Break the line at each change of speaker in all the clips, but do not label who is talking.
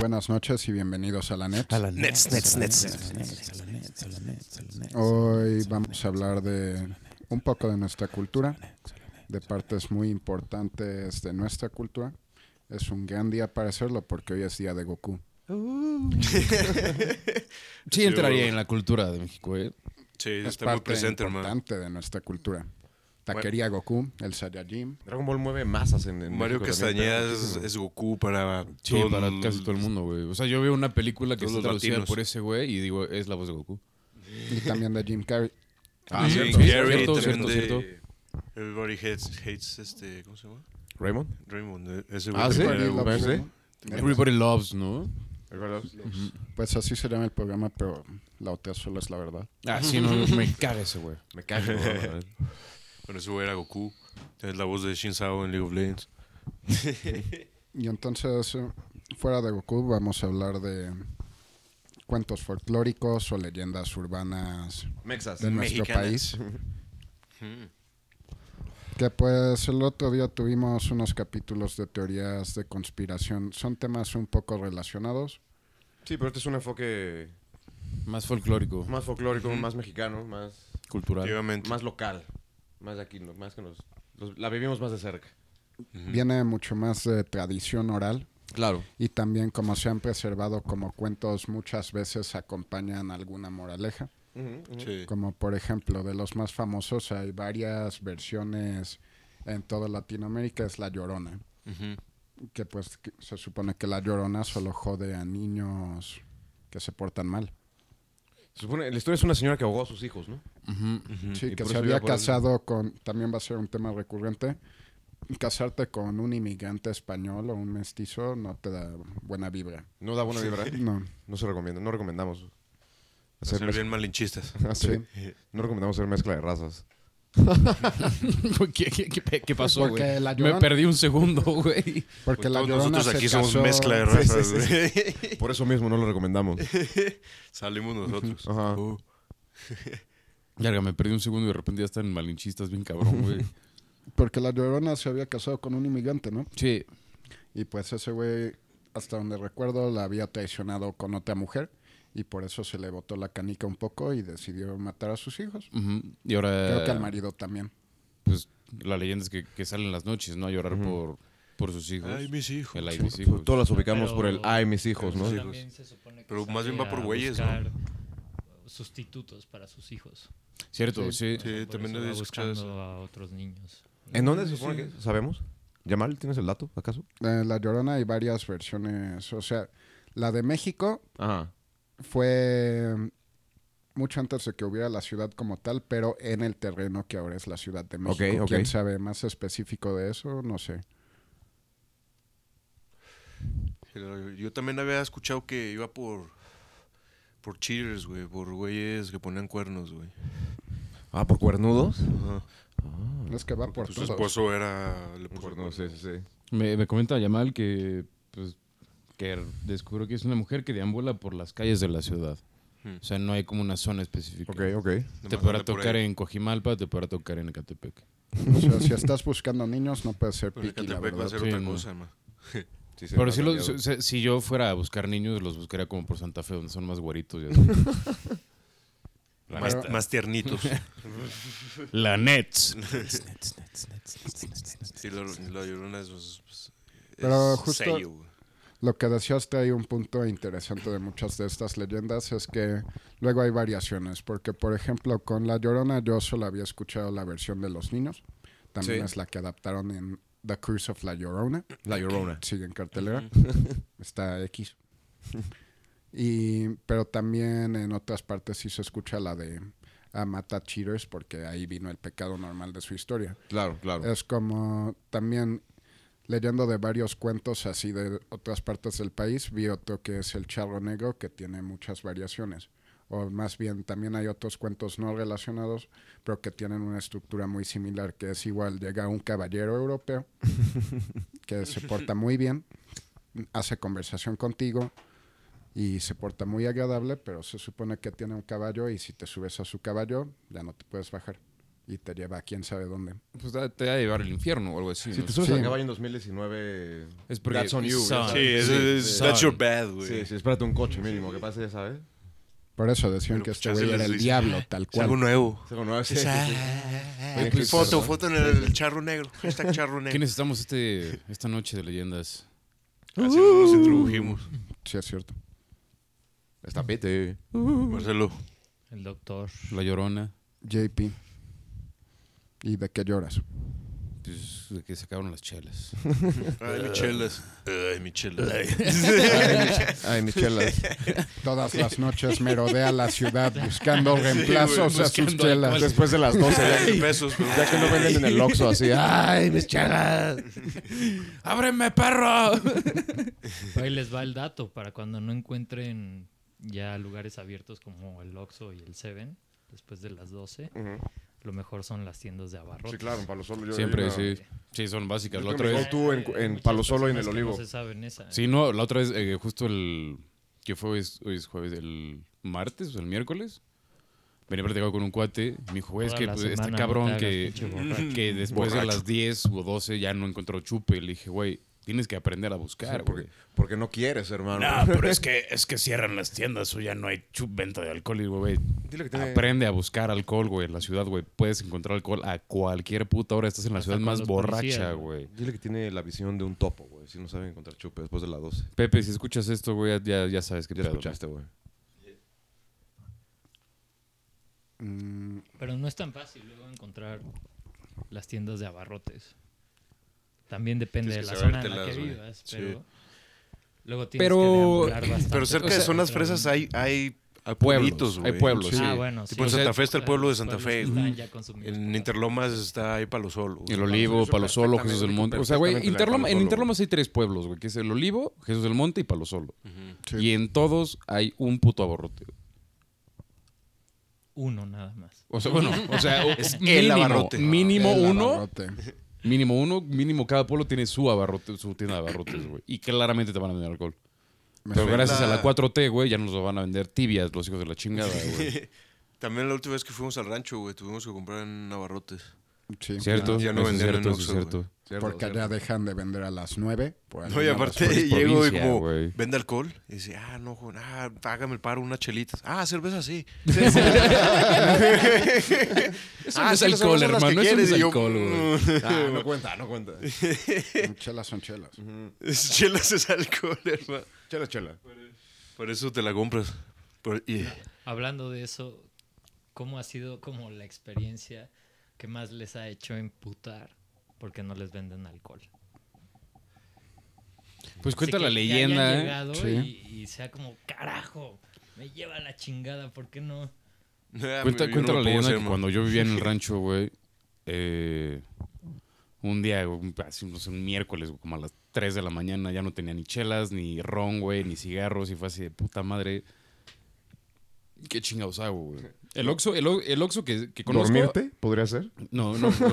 Buenas noches y bienvenidos a la NET.
A la Nets, Nets, Nets.
Hoy vamos a hablar de un poco de nuestra cultura, de partes muy importantes de nuestra cultura. Es un gran día para hacerlo porque hoy es día de Goku.
Sí, entraría en la cultura de México, ¿eh?
Sí,
Es
está muy
parte
presente, hermano.
importante de nuestra cultura. Taquería Goku, el Saiyajin.
Dragon Ball mueve masas en, en
Mario
México también,
Castañeda
pero-
es, es Goku para,
Sí,
todo
para
el-
casi todo el mundo, güey. O sea, yo veo una película que
Todos
está
los
traducida
latinos.
por ese güey y digo, es la voz de Goku.
Y también de Jim Carrey.
Ah,
Jim
cierto,
Carrey,
cierto,
también
cierto,
de- Everybody hates, hates este, ¿cómo se llama?
Raymond.
Raymond, eh, ese
Ah, ¿sí?
también era
Everybody
Goku.
loves you.
Everybody loves,
¿Sí?
¿no?
Pues así se llama el programa, pero la otra solo es la verdad.
Ah, sí, no, me caga ese güey.
Me cago. la verdad.
Bueno, ese güey era Goku. Es la voz de Shin Sao en League of Legends.
Y entonces, eh, fuera de Goku, vamos a hablar de cuentos folclóricos o leyendas urbanas
Mexas.
de nuestro
Mexicanas.
país. Que pues el otro día tuvimos unos capítulos de teorías de conspiración. Son temas un poco relacionados.
Sí, pero este es un enfoque
Más folclórico,
más folclórico, más mexicano, más,
cultural.
Antiguamente.
más local. Más de aquí, no- más que nos... los- la vivimos más de cerca.
Viene mucho más de tradición oral
Claro.
y también como se han preservado como cuentos muchas veces acompañan alguna moraleja.
Sí.
Como por ejemplo, de los más famosos hay varias versiones en toda Latinoamérica, es La Llorona.
Ujú.
Que pues que se supone que La Llorona solo jode a niños que se portan mal.
Se supone, la historia es una señora que ahogó a sus hijos, ¿no?
Mm,
Sí,
Y
que
por
se
eso
había
iba por el-
casado con, también va a ser un tema recurrente, casarte con un inmigrante español o un mestizo no te da buena vibra.
No da buena vibra.
No,
No se recomienda, no recomendamos.
Se
Hacer
ven bien malinchistas.
mezcla-
Pues
sí.
No recomendamos hacer mezcla de razas.
Güey, ¿Qué, qué- qué- qué pasó,
Porque
güey?
la
Me
Llorona-
perdí un segundo, güey.
Porque La
Pues Todos
Llorona
nosotros
se
aquí
casó-
somos mezcla de razas. güey.
Por eso mismo no lo recomendamos.
Salimos nosotros.
Ajá.
Uh.
Larga, me perdí un segundo y de repente ya están malinchistas bien cabrón, güey.
Porque La Llorona se había casado con un inmigrante, ¿no?
Sí.
Y pues ese güey, hasta donde recuerdo, la había traicionado con otra mujer y por eso se le botó la canica un poco y decidió matar a sus hijos.
ujú. Y ahora...
Creo que
Eh.
al marido también.
Pues la leyenda es que, que salen las noches, ¿no? A llorar por, por sus hijos.
Ay, mis hijos.
El ay, mis hijos.
Todos las ubicamos
Pero-
por el ay, mis hijos, ¿no?
Sí.
También se supone que
Pero Pues, más bien
sale
va por
a
güeyes, ¿no?
buscar Sustitutos para sus hijos.
Cierto, sí.
Sí,
Por
también
eso
he
va
escuchado
buscando
eso.
a otros niños.
¿En dónde se supone que es? sabemos? Yamal, ¿tienes el dato, acaso?
Eh, la Llorona hay varias versiones. O sea, la de México
Ajá.
fue mucho antes de que hubiera la ciudad como tal, pero en el terreno que ahora es la Ciudad de México.
Ok, ok.
¿Quién sabe más específico de eso? No sé.
Yo también había escuchado que iba por. Por cheaters, güey. Por güeyes que ponían cuernos, güey.
Ah, por cuernudos.
Ajá.
Mm.
Es que va por
Pues su
todos.
esposo era. Le puso
Cuernudos,
cuernos.
sí, sí, sí.
Me, me comenta Yamal que, pues, que descubrió que es una mujer que deambula por las calles de la ciudad.
Hmm.
O sea, no hay como una zona específica.
Ok, ok.
Te
Nomás
podrá
anda por
tocar
ahí.
en Cojimalpa, te podrá tocar en Ecatepec.
O sea, si estás buscando niños, no puedes ser
Pero en
piqui, la
Ecatepec va a
verdad.
ser
Sí,
otra
no.
cosa, man.
Sí, se
Pero
me
si,
da
los-
miedo.
si- si yo fuera a buscar niños, los buscaría como por Santa Fe, donde son más guaritos. y así. La
Más,
neta.
más tiernitos.
La Nets.
Sí, la, la llorona es. es- es
Pero justo-
sello, güey.
Lo que decías te hay un punto interesante de muchas de estas leyendas es que luego hay variaciones, porque por ejemplo con La Llorona yo solo había escuchado la versión de los niños, también
Sí.
es la que adaptaron en The Curse of La Llorona,
La Llorona.
sigue en cartelera, está X. Y, pero también en otras partes sí se escucha la de A Mata Cheaters, porque ahí vino el pecado normal de su historia.
Claro, claro.
Es como también leyendo de varios cuentos así de otras partes del país, vi otro que es el charro negro que tiene muchas variaciones. O más bien también hay otros cuentos no relacionados, pero que tienen una estructura muy similar, que es igual, llega un caballero europeo que se porta muy bien, hace conversación contigo y se porta muy agradable, pero se supone que tiene un caballo y si te subes a su caballo ya no te puedes bajar. y te lleva a quién sabe dónde.
Pues te te va a llevar al infierno o algo así.
Si
¿no?
te subes
Sí.
al caballo en 2019,
Es porque-
that's on you. ya
Son.
Ah,
sabes.
Sí, eso es,
sí.
that's your
Son.
bad, güey.
Sí, sí, espérate un coche mínimo que pase, ya sabes.
Por eso decían
Pero
que
pues
este
chance
güey
les
era el
dice,
diablo, tal
Es algo
cual.
nuevo.
Sí, bueno, sí, sí, sí.
Ah, pues,
Oye, pues,
foto,
perdón.
foto en el charro negro. Hashtag charro negro.
¿Quiénes estamos este, esta noche de leyendas?
Así nos
Uh.
introdujimos.
Sí, es cierto.
Está pete.
Marcelo.
El doctor.
La Llorona,
JP. ¿Y de qué lloras?
pues, de que se acabaron las chelas.
Ay, Michelas. Ay, Michelas.
Ay, mis chelas.
Todas las noches merodea la ciudad buscando reemplazos a sus
buscando
chelas.
alcohol.
Después de las 12, ya,
Ay, pesos, pero-
ya que no venden en el Oxxo, así. Ay, mis chelas.
¡Ábreme, perro!
Ahí les va el dato para cuando no encuentren ya lugares abiertos como el Oxxo y el Seven después de las 12. Lo mejor son las tiendas de abarrotes.
Sí, claro, en Palo Solo. Yo,
Siempre,
yo-
sí. Sí, son básicas.
Yo
La
creo
otra
que
vez...
mejor tú en-
Hay
en
muchas
Palo Solo y en el
personas que
Olivo.
No se saben esa.
Sí, no, la otra vez, eh, justo el. que fue hoy? es- hoy es jueves, el martes o el miércoles. Venía platicando con un cuate y me dijo, güey, es
Toda
que
la
pues,
semana
está
no
cabrón
te
que,
hagas pinche borracho.
que después de
Borracho.
las 10 o 12 ya no encontró chupe. Le dije, güey, tienes que aprender a buscar, güey.
porque, porque no quieres, hermano.
Ah, pero es que, es que cierran las tiendas o ya no hay chup venta de alcohol. Y digo, güey,
Dile que tiene-
aprende a buscar alcohol, güey, en la ciudad, güey. Puedes encontrar alcohol a cualquier puta hora. Estás en la
Hasta
ciudad
con
más
los
borracha,
policías,
güey.
Dile que tiene la visión de un topo, güey. Si no sabe encontrar chupe después de las 12.
Pepe, si escuchas esto, güey, ya, ya sabes que
Ya escuchaste, güey.
Mm,
Pero no es tan fácil luego encontrar las tiendas de abarrotes. También depende de
Tienes
la
que
zona en la que
sabértelas, güey.
vivas,
Sí.
pero luego tienes
Pero-
que deambular bastante
Pero cerca
para
de zonas
encontrar
fresas
un-
hay, hay, hay
Pueblos,
pueblitos,
hay
güey.
pueblos,
Sí.
Ah, bueno, sí.
Tipo en
O sea,
Santa Fe está el pueblo de Santa
pueblos
Fe.
que
güey.
están ya consumidos
En
por-
Interlomas está ahí Palo Solo.
El Olivo,
Eso
Palo Solo,
perfectamente,
Jesús del Monte. O sea, güey,
perfectamente la de
Interloma-
Palo
en
Solo,
Interlomas hay tres pueblos, güey, que es el Olivo, Jesús del Monte y Palo Solo.
sí.
Y en todos hay un puto abarrote. güey.
Uno nada más.
O sea, bueno, o sea, es
el abarrote.
Mínimo
el
uno,
abarrote.
mínimo uno, mínimo cada pueblo tiene su abarrote, su tienda de abarrotes, güey. Y claramente te van a vender alcohol.
Me
Pero
fui.
gracias a
suena-
la 4T, güey, ya nos lo van a vender tibias los hijos de la chingada, güey.
También la última vez que fuimos al rancho, güey, tuvimos que comprar en abarrotes.
Sí,
¿Cierto?
Ya no
Eso es
vendían en
cierto, eso es
Oxxo,
cierto.
güey.
Cierto,
porque
cierto.
ya dejan de vender a las 9. por
No, y
alguna razón.
aparte
es
llego y
Ah, provincia,
como,
güey.
vende alcohol. Y dice, ah, no, joven, ah, hágame el paro, unas chelitas. Ah, cerveza sí.
Eso no es
Ah, sí, las
alcohol,
cervezas las
hermano,
que
eso no es
quieres. Y yo,
alcohol, güey.
mm,
Ah, no cuenta, no cuenta.
Chelas son chelas.
es "Mm, Chelas es alcohol, hermano.
Chela, chela.
Por eso te la compras. Por- y-
Hablando de eso, ¿cómo ha sido como la experiencia que más les ha hecho imputar porque no les venden alcohol?
Pues cuenta
Así que
la
que hayan
leyenda, ¿eh?
llegado
Sí.
y, y sea como, carajo, me lleva la chingada, ¿por qué no?
Ah,
Cuenta,
yo
cuenta la
no lo puedo
leyenda
hacer,
que
man.
cuando yo vivía en el rancho, güey, eh, un día, güey, así, no sé, un miércoles, güey, como a las 3 de la mañana, ya no tenía ni chelas, ni ron, güey, ni cigarros, y fue así de puta madre. ¿Qué chingados hago, güey? El Oxxo, el, O- el Oxxo que, que conozco...
¿Dormirte? ¿Podría ser?
No, no, no.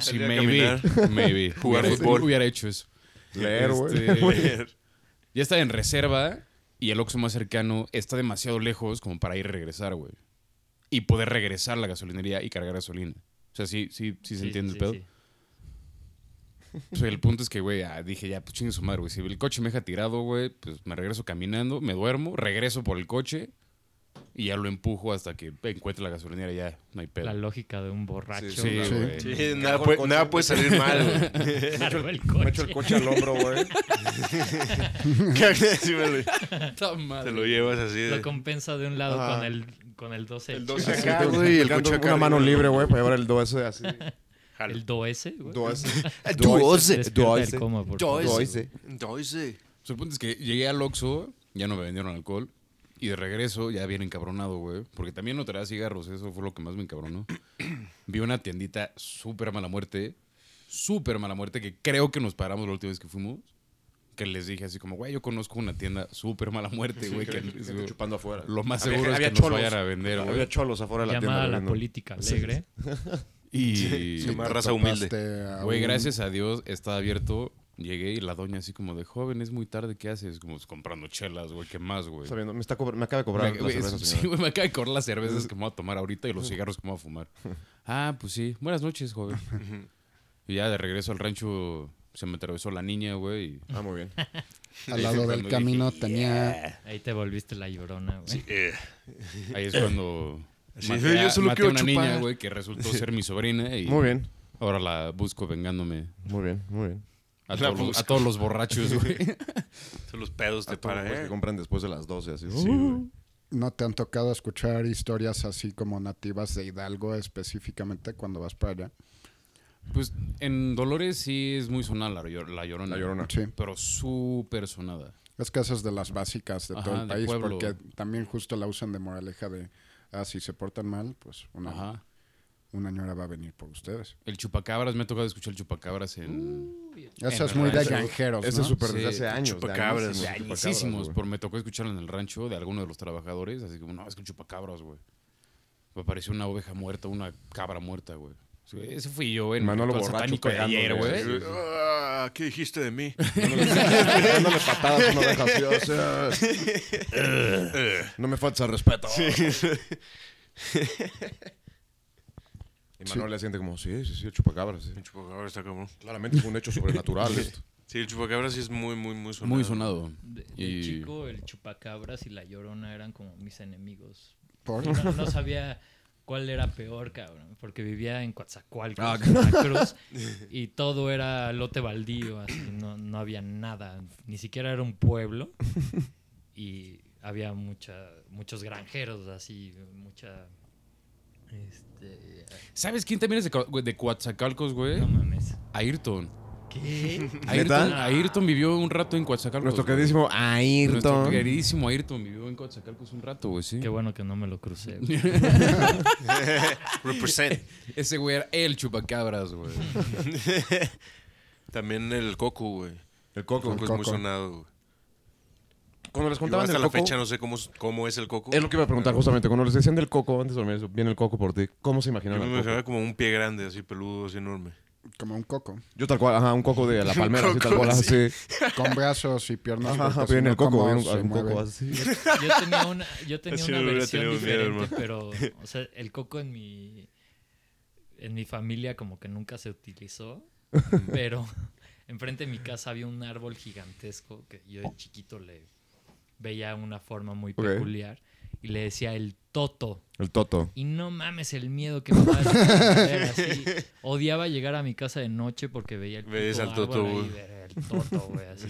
sí,
Salir a
maybe, maybe.
Jugar
Hubiera-
fútbol.
Hubiera hecho eso.
Leer, güey.
Este, ya estaba en reserva y el Oxxo más cercano está demasiado lejos como para ir y regresar, güey. Y poder regresar a la gasolinería y cargar gasolina. O sea, sí, sí, sí se
Sí,
entiende el
sí,
pedo.
sí.
O sea, el punto es que, güey, ah, dije ya, pues chingue su madre, güey. Si el coche me deja tirado, güey, pues me regreso caminando, me duermo, regreso por el coche y ya lo empujo hasta que encuentre la gasolinera y ya, no hay pedo.
La lógica de un borracho.
Sí,
güey.
Sí.
güey.
Sí, nada, puede, nada puede salir mal, güey.
Cargó el
Me
coche.
echo el coche al hombro, güey.
Sí, me lo-
Puta madre.
te lo llevas así.
Lo
De...
compensa de un lado
Ajá.
con el con el E. 12.
El
El
12
Sí,
acá,
sí,
güey. y El
sacando
gancho acá.
una
Una
mano
mano libre, güey, para llevar el 12 así.
El 12,
E.
güey.
El
12.
12.
Despierta del coma, por favor.
12.
Doise.
Supongo es que llegué al Oxxo, ya no me vendieron alcohol. Y de regreso, ya bien encabronado, güey. Porque también no traía cigarros, eso fue lo que más me encabronó. Vi una tiendita súper mala muerte, súper mala muerte, que creo que nos paramos la última vez que fuimos. Que les dije así como, güey, yo conozco una tienda súper mala muerte, güey. que
Gente chupando afuera.
lo más
Había-
seguro
había
es que nos
cholos.
vayan a vender,
Había
güey.
cholos afuera de la tienda.
Llamada a la
bebiendo.
política alegre.
Y,
sí,
Y te
raza humilde.
topaste a
Ah, güey,
un-
gracias a Dios está abierto Llegué y la doña así como de joven, es muy tarde, ¿qué haces? Como comprando chelas, güey, ¿qué más, güey?
Sabiendo, me, está cobr- me acaba de cobrar
Me-
la
güey,
cerveza,
es-
señora.
sí, güey, me acaba de cobrar las cervezas que me voy a tomar ahorita y los cigarros que me voy a fumar. Ah, pues sí. Buenas noches, joven. y ya de regreso al rancho se me atravesó la niña, güey. y-
Ah, muy bien.
Al lado del camino tenía...
Ahí te volviste la llorona, güey.
Eh,
Ahí es cuando
Sí,
maté, a-
yo solo
maté a
quiero
una
chupar.
niña, güey, que resultó ser mi sobrina y
Muy bien,
ahora la busco vengándome
muy bien, muy bien.
a,
La
todos los-
busco.
a todos los borrachos, güey.
Son los pedos te
A todos
para,
los Ah, que
¿eh?
compran después de las 12, así.
Sí, güey.
¿No te han tocado escuchar historias así como nativas de Hidalgo específicamente cuando vas para allá?
Pues en Dolores sí es muy sonada la, llor- la llorona.
La llorona.
Sí.
Pero súper sonada.
Es que esa es de las básicas de todo
Ajá,
el
de
país,
pueblo.
porque también justo la usan de moraleja de, ah, si se portan mal, pues una,
Ajá.
una ñora va a venir por ustedes.
El chupacabras, me ha tocado escuchar el chupacabras en...
Esa
En
es muy de
realidad,
granjeros,
Eso
¿no?
es súper
Sí.
desde hace años. de
Chupacabras.
añísimos,
De
chupacabras,
Muchísimos,
güey.
por me tocó escucharlo en el rancho de alguno de los trabajadores, así como, no, es que el chupacabras, güey. Me apareció una oveja muerta, una cabra muerta, güey. Sí, Ese fui yo, en
Manolo
el ritual
borracho
satánico de
pegando,
ayer,
güey.
güey.
Sí,
Ah, ¿Qué dijiste de mí?
Dándole patadas a una oveja así, o sea, No me falta respeto. Y Manuel le siente como, sí, sí, sí, el chupacabras. sí.
El chupacabra está cabrón.
Claramente fue un hecho sobrenatural esto.
Sí, el chupacabra sí es muy, muy, muy sonado.
Muy sonado.
De, de
Y-
chico, el chupacabras y la llorona eran como mis enemigos.
Por-
Y No, no sabía cuál era peor, cabrón, porque vivía en Coatzacoalcos,
Ah,
en Veracruz, y todo era lote baldío, así, no, no había nada, ni siquiera era un pueblo, y había mucha, muchos granjeros, así, mucha... Este,
¿Sabes quién también es de, Co- güey, de Coatzacalcos, güey?
no mames.
Ayrton.
¿Qué?
Ayrton,
¿Neta?
Ayrton vivió un rato en Coatzacalcos.
Nuestro
güey.
queridísimo
Nuestro
Ayrton.
queridísimo Ayrton vivió en Coatzacalcos un rato, güey, sí.
Qué bueno que no me lo crucé. güey.
Represent.
Ese güey era el chupacabras, güey.
También el coco, güey.
El
El coco
coco.
es muy
Coco.
sonado, güey.
Cuando les
Yo
contaban
hasta
del
la
coco,
fecha no sé cómo, cómo es el coco.
es lo que iba a preguntar justamente. Cuando les decían del coco, antes de dormir, eso, viene el coco por ti. ¿Cómo se
Yo
imaginaban
me
el coco?
imaginaba como un pie grande, así peludo, así enorme.
Como un coco,
Yo tal cual, ajá, un coco de la palmera, así
coco,
tal cual,
sí.
así.
con brazos y piernas.
Ajá, ajá,
porque si
viene
no,
el coco,
¿cómo
viene un,
se
un coco
mueve?
así.
Yo tenía una, yo tenía
Así
una
le hubiera
versión
tenido miedo,
diferente, pero, o sea, el coco en mi, en mi familia como que nunca se utilizó, pero enfrente de mi casa había un árbol gigantesco que yo de chiquito le veía una forma muy
Ok.
peculiar y le decía el toto.
El toto.
Y no mames el miedo que me daba. de ver así. Odiaba llegar a mi casa de noche porque veía el
Veías
puto
al Toto,
árbol ahí,
güey.
ver el toto, güey. así.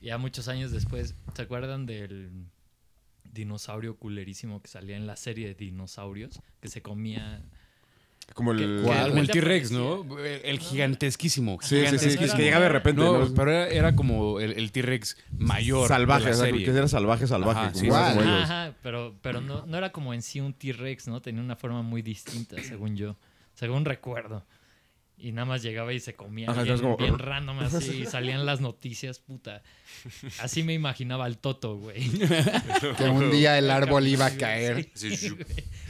ya muchos años después, ¿se acuerdan del dinosaurio culerísimo que salía en la serie de dinosaurios? Que se comía...
Como
¿Qué-
el...
qué-
Como el
repente
T-Rex,
aparecía.
¿no? El, el gigantesquísimo.
Sí, sí, sí,
Antes
que,
era
que llega de
normal.
repente.
No,
¿no?
pero era, era como el, el T-Rex mayor.
salvaje,
de la
exacto,
serie.
que era salvaje, salvaje.
Ajá,
como
sí,
esos
sí, sí.
güeyes.
Ajá, ajá, pero, pero no, no era como en sí un T-Rex, ¿no? Tenía una forma muy distinta, según yo. Según recuerdo. Y nada más llegaba y se comía
Ajá,
bien,
es como-
bien random así. Y salían las noticias, puta. Así me imaginaba al Toto, güey.
Que un día el árbol iba a caer.
Sí,
Sí,
güey.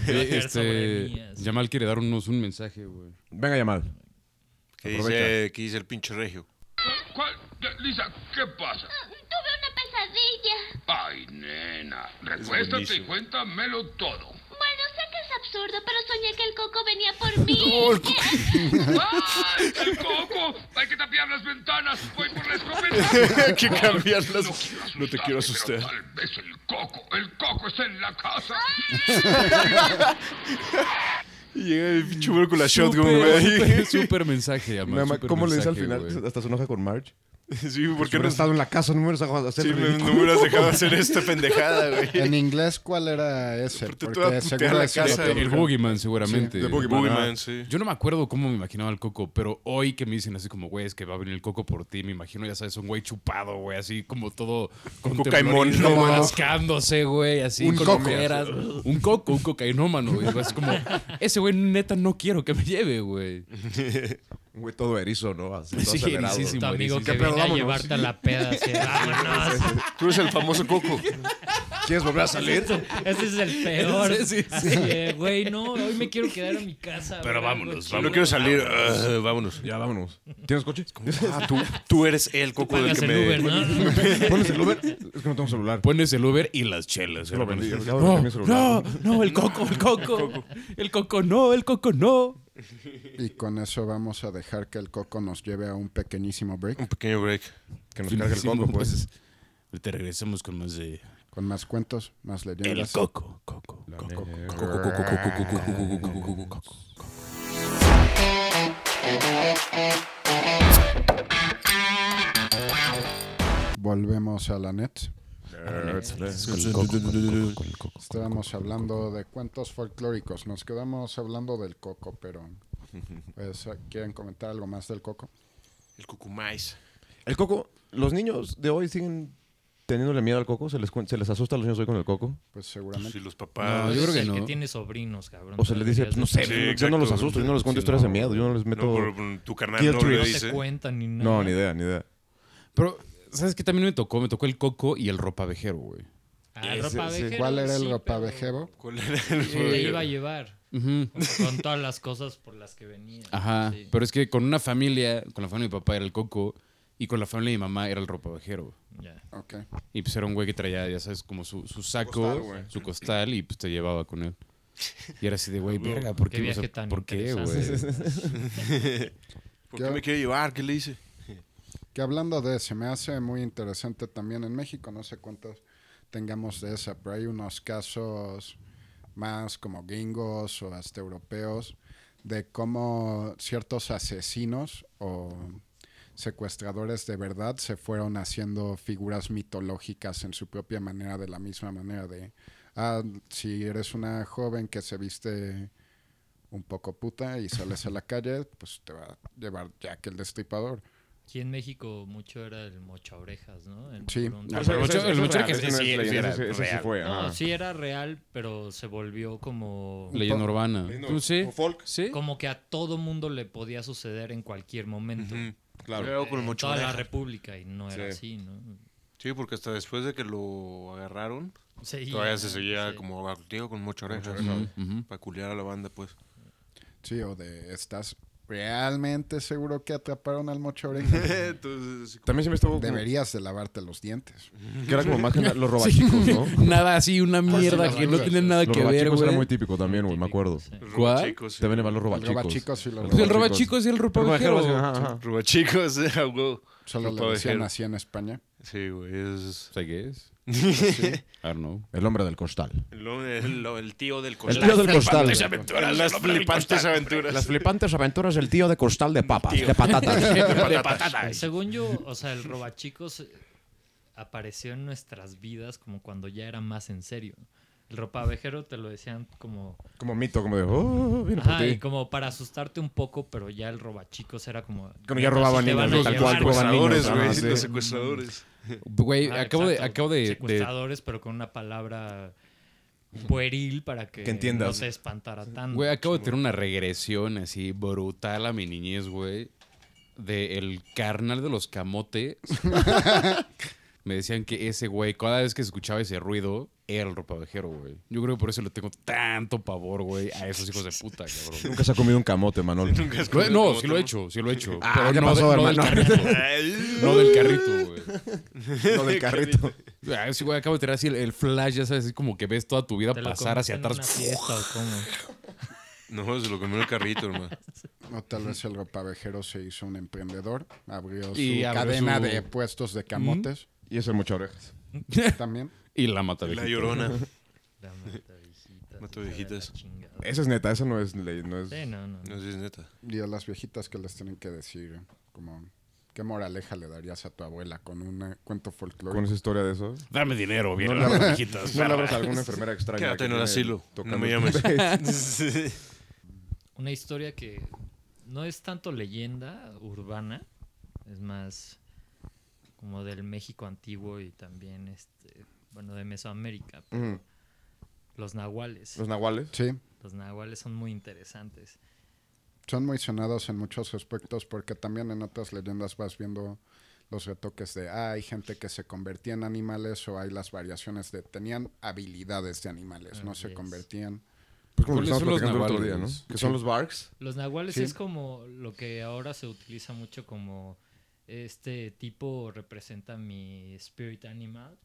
Eh,
Iba a caer sobre mí,
este,
así.
Yamal quiere darnos un mensaje, güey.
Venga, Yamal.
Que
Aprovecha.
dice, que dice el pinche regio.
¿Cuál? De- Lisa, ¿qué pasa?
Tuve una pesadilla.
Ay, nena, recuéstate y
buenísimo.
cuéntamelo todo.
Bueno, sé que es absurdo, pero soñé que el coco venía por mí.
¡Ay, el coco! ¡Hay que tapiar las ventanas! ¡Voy por la escopeta!
Hay que cambiar las-
quiero
no te quiero
asustarte, pero
asustar.
Tal vez el coco, el coco está en la casa.
Y llega el pinche güey con la shotgun,
Súper,
güey.
súper, Súper mensaje, Yamal.
Nada más,
súper
¿Cómo le dice al
mensaje,
final?
güey.
Hasta se enoja con Marge.
Sí, ¿por qué
Porque no
no
he estado en la casa, no me hubieras dejado hacer
Sí, me-
ridículo.
no me hubieras dejado hacer esta pendejada, güey.
En inglés, ¿cuál era ese?
Pero te voy a
Porque
putear
seguro
la
ese era
casa,
otro.
El Boogeyman, seguramente.
de Boogeyman.
Boogeyman, sí.
Yo no me acuerdo cómo me imaginaba el coco, pero hoy que me dicen así como, güey, es que va a venir el coco por ti, me imagino, ya sabes, un güey chupado, güey, así como todo con
cocainómano.
temblorino, rascándose, güey, así.
Un
con
coco.
ojeras. Un coco, un cocainómano, güey. Es como, ese güey neta no quiero que me lleve, güey.
Un güey todo erizo, ¿no? Así, todo
Sí,
acelerado.
erizísimo.
Tu amigo
Buenísimo.
que
¿Qué
viene
pedo?
a
Vámonos.
llevarte a la peda. así, vámonos.
Tú eres el famoso Coco.
¿Quieres volver a salir?
Ese es el peor.
Sí, sí, sí.
Así de, güey, no, hoy me quiero quedar en mi casa.
Pero
güey, algo
vámonos,
chido.
No quiero salir. Ah, vámonos.
Ya, vámonos. ¿Tienes coche?
Ah, tú, tú eres el coco del
Pagas
que
el
me.
Uber, ¿no?
¿Pones el Uber? Es que no tengo celular.
Pones el Uber y las chelas.
Ya lo
hermano.
vendí, ya lo vendí mi celular.
no, el coco, el coco. El coco no, el coco no.
Y con eso vamos a dejar que el coco nos lleve a un pequeñísimo
Un
break
pequeño break.
Que nos cargue el coco, pues.
Te regresamos con más de
con más cuentos, más leyendas.
coco, coco.
Volvemos a la net.
Pero
Estábamos hablando de cuentos folclóricos. Nos quedamos hablando del coco, pero pues, ¿quieren comentar algo más del coco?
El cucumais.
El coco, los niños de hoy siguen teniéndole miedo al coco. ¿Se les, cuen- se les asusta a los niños hoy con el coco?
Pues
Pues,
seguramente.
y los papás.
No, yo creo que
el
no.
que tiene sobrinos, cabrón.
O se les dice,
Deberías
pues, no
de-
Sí,
sé, yo no
exacto.
los asusto, yo no les cuento
Sí,
historias
no.
de miedo, yo no les meto.
No, pero pues, tu carnal
Guilt
no le
No
trips.
te
dice.
cuentan ni nada.
No, ni idea, ni idea.
Pero, ¿sabes qué también me tocó? Me tocó el coco y el ropavejero, güey.
Ah, ropavejero,
¿Cuál era
sí,
el
pero
ropavejero?
¿Cuál era el
Te iba a
rollo?
llevar.
Ujú.
Con todas las cosas por las que venía.
Ajá.
Sí.
Pero es que con una familia, con la familia de mi papá era el coco y con la familia de mi mamá era el ropavejero.
Ya.
Ok.
Y pues era un güey que traía, ya sabes, como su, su saco, su costal y pues te llevaba con él. Y era así de, güey, verga, ¿por
Qué
qué? O
viaje
sea,
tan
¿Por qué, güey?
interesante.
¿Por qué me quiere llevar? ¿Qué le dice?
Que hablando de, se me hace muy interesante también en México, no sé cuántos tengamos de esa, pero hay unos casos más como gringos o hasta europeos de cómo ciertos asesinos o secuestradores de verdad se fueron haciendo figuras mitológicas en su propia manera, de la misma manera de, ah, si eres una joven que se viste un poco puta y sales a la calle, pues te va a llevar Jack el Destripador.
Aquí en México mucho era el mocha orejas, ¿no? El-
Sí.
por un-
No, Ah, pero mucho- el mucho que
Ese no es
sí, sí,
leyenda,
era
ese- ese sí
real.
fue.
No,
ah.
sí era real, pero se volvió como...
Leyenda urbana. ¿Tú sí?
¿O folk?
¿Sí?
Como que a todo mundo le podía suceder en cualquier momento.
Yo hago con el
En
mocho
Eh, toda la
oreja.
república y no era así, ¿no?
Sí, porque hasta después de que lo agarraron,
Sí,
todavía se seguía
sí.
como digo con mucho orejas.
Ujú.
Para culiar a la banda, pues.
Sí, o de estás realmente seguro que atraparon al mocho oreja.
Entonces, así como-
También se me estuvo. como-
Deberías de lavarte los dientes.
Que era como más que nada los robachicos, ¿no?
Nada así, una mierda
sí,
que
los
no tiene nada
Los
que ver,
robachicos era
güey.
muy típico también, güey, me acuerdo.
Sí.
Los
¿Cuál?
robachicos, sí.
También van
Los
los robachicos.
robachicos y los
Pues el
roba-
roba-
robachico es el
Robachicos,
ropavejero.
ajá, ajá.
Robachicos, eh, a huevo.
Solo le
Ropa de
decían
gel.
así en España.
Sí, güey. Es
¿Sabes qué es? I don't know.
El hombre del costal.
el, el- el tío del
El
costal.
tío del costal.
Las flipantes aventuras.
Las flipantes aventuras del tío de costal de papas, de patatas.
Según yo, o sea, el robachicos eh, apareció en nuestras vidas como cuando ya era más en serio. El ropavejero te lo decían como...
Como mito, como de, oh, viene por
Ajá, y
ti.
como para asustarte un poco, pero ya el robachicos era como...
Como ya robaban
Te van
niños,
a
tal cual
llevar,
roban niños.
secuestradores, güey.
ajá,
sí,
sí.
Los secuestradores.
Güey,
Ah,
acabo de,
exacto.
acabo de, de-
Secuestradores, pero con una palabra pueril para que,
Que entiendas.
no se espantara tanto.
Güey, acabo de tener una regresión así brutal a mi niñez, güey. De el carnal de los camotes. Me decían que ese güey, cada vez que escuchaba ese ruido, era el ropavejero, güey. Yo creo que por eso le tengo tanto pavor, güey, a esos hijos de puta, cabrón.
Nunca se ha comido un camote, Manol.
Nunca has
Lo he- No,
comido
sí lo he
como
hecho, sí lo he hecho.
Ah,
pero
¿qué
no,
pasó,
de- no del
hermano?
carrito. No del carrito, güey.
Lo del carrito.
Ah, sí, güey, acabo de tener así el, el flash, ya sabes, así como que ves toda tu vida
¿Te lo
pasar hacia
comiste en
atrás.
una fiesta o cómo?
tal. No, se lo comió el carrito, hermano.
O tal vez el ropavejero se hizo un emprendedor. Abrió su
Y abrió
cadena
su-
de puestos de camotes
Y eso es mucho orejas.
también.
Y la mata
La
viejita.
llorona.
La mata viejita,
Mató
hija de la
viejitas.
chingada.
Esa es neta, esa no es ley, no es...
Sí, no, no, no.
No sé si es neta.
Y a las viejitas que les tienen que decir, como, ¿qué moraleja le darías a tu abuela con un cuento
Con
folclórico?
esa historia de eso.
Dame dinero, vieron
le
las
abras-
viejitas.
No le abras a alguna enfermera extraña.
Quédate
que
en el
tiene
asilo,
tocando
no me
tu
llames.
pez.
Una historia que no es tanto leyenda urbana, es más como del México antiguo y también este, bueno, de Mesoamérica, pero
Ujú.
los nahuales.
Los nahuales.
Sí,
Los nahuales son muy interesantes.
son muy sonados en muchos aspectos porque también en otras leyendas vas viendo los retoques de, ah, hay gente que se convertía en animales o hay las variaciones de, tenían habilidades de animales, no se
Así es.
convertían.
Pues como lo que
¿Cuáles son los
estamos platicando el otro día, ¿no?
nahuales?
Que son los barks.
Los nahuales
Sí.
es como lo que ahora se utiliza mucho como este tipo representa mi spirit animal,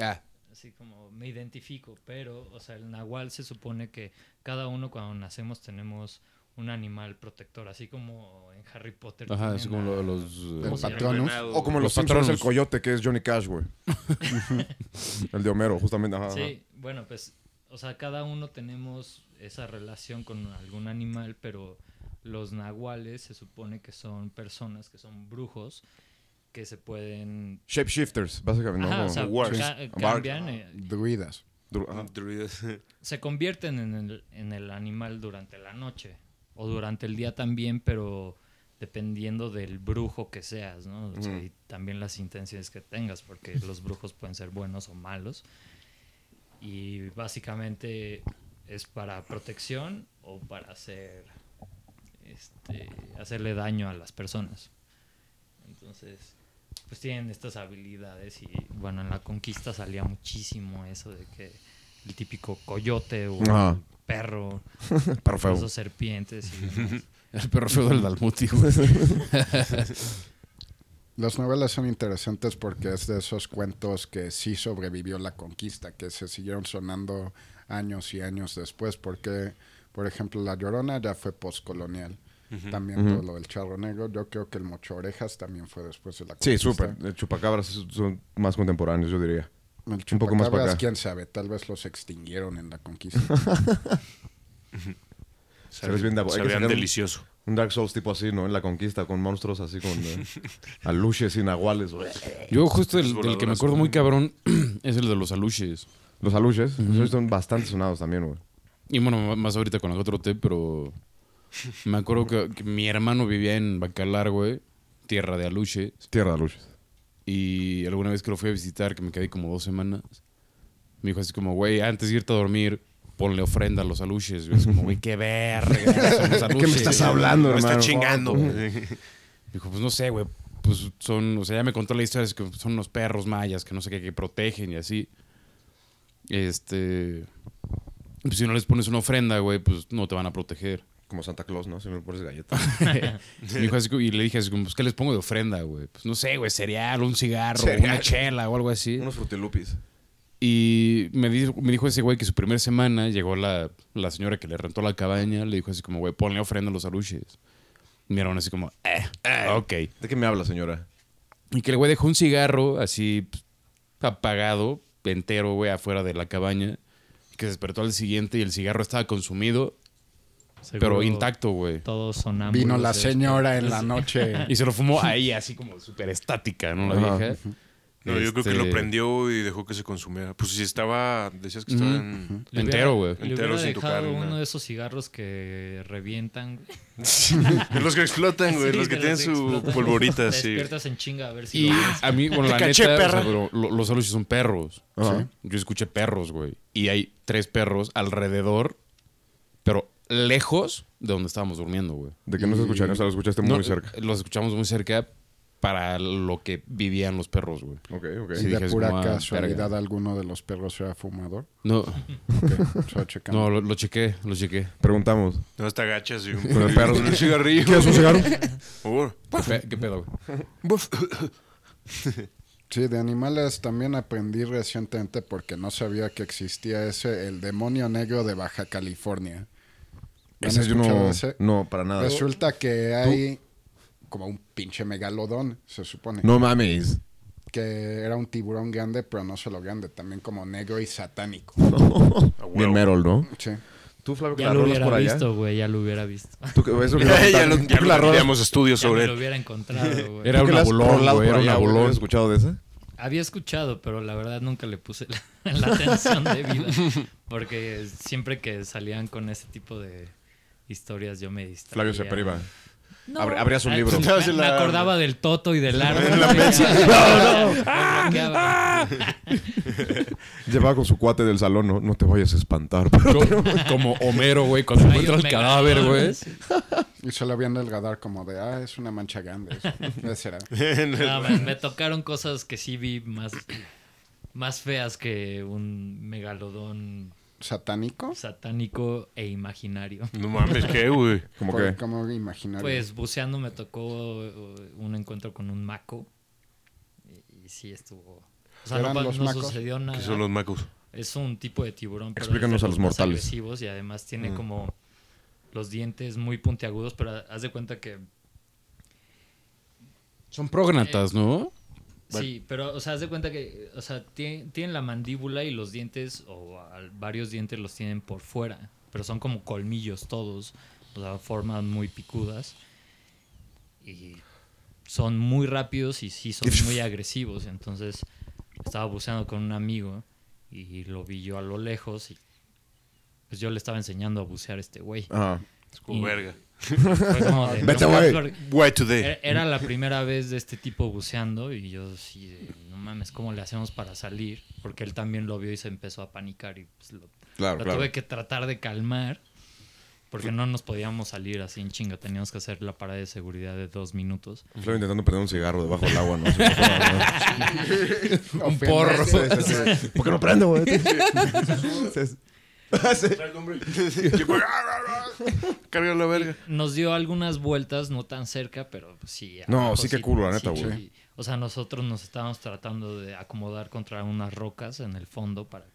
Ah,
así como me identifico, pero, o sea, el nahual se supone que cada uno cuando nacemos tenemos un animal protector, así como en Harry Potter.
ajá,
tienen
es como lo-
a-
los... eh,
El
se llama?
patronus.
O como
Los
los, Simpsons
patronos.
el coyote, que es Johnny Cash, güey. el de Homero, justamente. Ajá, ajá.
Sí, bueno, pues, o sea, cada uno tenemos esa relación con algún animal, pero los nahuales se supone que son personas, que son brujos, que se pueden...
Shapeshifters, básicamente.
Ajá,
¿no?
o sea,
Como wargs,
ca-
barks, Ah,
cambian, eh,
Druidas.
dru- ajá.
Druidas.
se convierten en el, en el animal durante la noche o durante el día también, pero dependiendo del brujo que seas, ¿no? O sea, y también las intenciones que tengas, porque los brujos pueden ser buenos o malos. Y básicamente es para protección o para hacer este, hacerle daño a las personas. Entonces, pues tienen estas habilidades y bueno, en la conquista salía muchísimo eso de que el típico coyote o
Ajá.
el perro,
Perro feo.
esos serpientes y demás.
El perro feo del Dalmuti, güey.
Las novelas son interesantes porque es de esos cuentos que sí sobrevivió la conquista, que se siguieron sonando años y años después, porque, por ejemplo, La Llorona ya fue postcolonial. También todo lo del charro negro. Yo creo que el mocho orejas también fue después de la conquista.
Sí, súper. El Chupacabras es- son más contemporáneos, yo diría.
El
Un poco más para
chupacabras,
acá.
quién sabe, tal vez los extinguieron en la conquista.
les viene de- hay que
Sabían
sacar un-
delicioso.
Un Dark Souls tipo así, ¿no? En la conquista, con monstruos así, con eh, aluches y nahuales, güey.
Yo justo el,
Los
del que me
voladoras,
acuerdo muy
güey.
cabrón es el de los aluches.
Los aluches esos son bastante sonados también, güey.
Y bueno, más ahorita con la 4T, pero me acuerdo que, que mi hermano vivía en Bacalar, güey, tierra de aluches.
Tierra de aluches.
Y alguna vez que lo fui a visitar, que me quedé como dos semanas, me dijo así como, güey, antes de irte a dormir, ponle ofrenda a los aluches. Yo así como, güey, qué verga, son los
¿Qué me
aluches.
estás hablando,
Me
hermano?
está chingando.
Dijo, pues no sé, güey. Pues son, o sea, ya me contó la historia, es que son unos perros mayas que no sé qué, que protegen y así. Este. Pues si no les pones una ofrenda, güey, pues no te van a proteger.
Como Santa Claus, ¿no? Siempre le pones galletas.
Me dijo así como- y le dije así, como, pues ¿qué les pongo de ofrenda, güey? Pues no sé, güey, cereal, un cigarro, una
Cereal.
chela o algo así.
Unos frutilupis.
Y me dijo, me dijo ese güey que su primera semana llegó la, la señora que le rentó la cabaña, le dijo así como, güey, ponle ofrenda a los aruches. Miraron así como, eh, ok.
¿De qué me habla, señora?
Y que el güey dejó un cigarro así pues, apagado, entero, güey, afuera de la cabaña. Y que se despertó al siguiente y el cigarro estaba consumido, pero
Seguro
intacto, güey.
Todos sonamos.
Vino la señora en la noche.
Y se lo fumó ahí, así como súper estática, ¿no? La
Ajá.
vieja.
No, yo creo que
Este,
lo prendió y dejó que se consumiera. Pues si estaba, decías que estaba en...
Entero, güey.
Le
Entero
hubiera
sin tocar
dejado
ni
uno
nada.
de esos cigarros que revientan.
los que explotan, güey.
Sí,
los que
de
tienen
que
su
explotan.
polvorita,
Te
sí.
Despiertas en chinga a ver si.
Y
lo-
a mí, bueno, la neta, o sea, pero lo- los aluches son perros.
Ajá.
Yo escuché perros, güey. Y hay tres perros alrededor, pero lejos de donde estábamos durmiendo, güey.
¿De qué no se escucharon? O sea, lo escuchaste
No,
muy cerca.
Los escuchamos muy cerca para lo que vivían los perros, güey.
Ok, ok.
y
Sí. dije,
de
es
pura
como, ah,
casualidad,
verga.
alguno de los perros era fumador.
No,
Ok, solo checando.
no, lo, lo chequé, lo chequé.
Preguntamos.
No, hasta gachas y un,
Con el perro.
con un cigarrillo.
¿Quieres un cigarro?
Por favor.
¿Qué, pe- qué pedo, güey?
Sí, de animales también aprendí recientemente porque no sabía que existía ese, el demonio negro de Baja California. ¿Han
Ese yo
escuchado
no...
de ese?
No, para nada.
Resulta que hay como un pinche megalodón, se supone.
No mames.
Que era un tiburón grande, pero no solo grande, también como negro y satánico.
Bien Merol, ¿no?
Sí.
Tú, Flavio, que
Ya
la
lo
rolas
hubiera
por allá.
visto, güey. Ya lo hubiera visto.
Tú que- eso que
ya lo,
tú
ya
que la rolas-
teníamos estudios
Ya me
sobre
lo
él.
hubiera encontrado, güey.
Era
tú que
un
la has
abulón,
rolado
güey.
por
Era un
allá, güey. ¿Has
abulón.
escuchado de esa?
Había escuchado, pero la verdad nunca le puse la, la atención debida. Porque siempre que salían con ese tipo de historias yo me distraía.
Flavio se priva.
No.
Abri- abrías un
Ay,
libro.
pues,
Estabas
Me,
en
me
la-
acordaba del Toto y del árbol. En la No, no.
Llevaba con su cuate del salón, no, no te vayas a espantar.
Co- Como Homero, güey, cuando encuentra el cadáver, güey.
Y se lo vi en el radar como de, ah, es una mancha grande. eso. ¿Qué será?
No, me, me tocaron cosas que sí vi más, más feas que un megalodón
¿Satánico?
satánico e imaginario.
No mames, ¿qué, güey?
Como
Por-
que.
Como imaginario.
Pues buceando me tocó eh, un encuentro con un maco y, y sí estuvo... O sea, no,
¿Eran
pa-
los
no
macos?
sucedió nada.
Que son los macos.
Es un tipo de tiburón. pero es de
Explícanos a los
más
mortales.
agresivos y además tiene como los dientes muy puntiagudos, pero haz de cuenta que
Son prógnatas, ¿no?
Sí, pero, o sea, haz de cuenta que, o sea, tienen, tienen la mandíbula y los dientes, o al- varios dientes los tienen por fuera, pero son como colmillos todos, o sea, formas muy picudas. Y son muy rápidos y sí son muy agresivos. Entonces, estaba buceando con un amigo y lo vi yo a lo lejos y pues yo le estaba enseñando a bucear a este güey.
Ajá.
Es como
Y-
verga.
Fue como de,
Vete,
no,
güey.
flor-
Why today?
era, E-, era la primera vez de este tipo buceando y yo sí, de, no mames, ¿cómo le hacemos para salir? Porque él también lo vio y se empezó a panicar y pues, lo,
Claro,
lo
claro.
tuve que tratar de calmar porque no nos podíamos salir así en chinga, teníamos que hacer la parada de seguridad de dos minutos.
Flor intentando prender un cigarro debajo del agua, ¿no? Se me ocurre, ¿no?
Un
porro.
¿Por qué no prende, güey?
Carga la verga.
Nos dio algunas vueltas, no tan cerca, pero pues, sí.
No,
abajo
sí que culo, la neta,
sí,
güey.
sí. O sea, nosotros nos estábamos tratando de acomodar contra unas rocas en el fondo para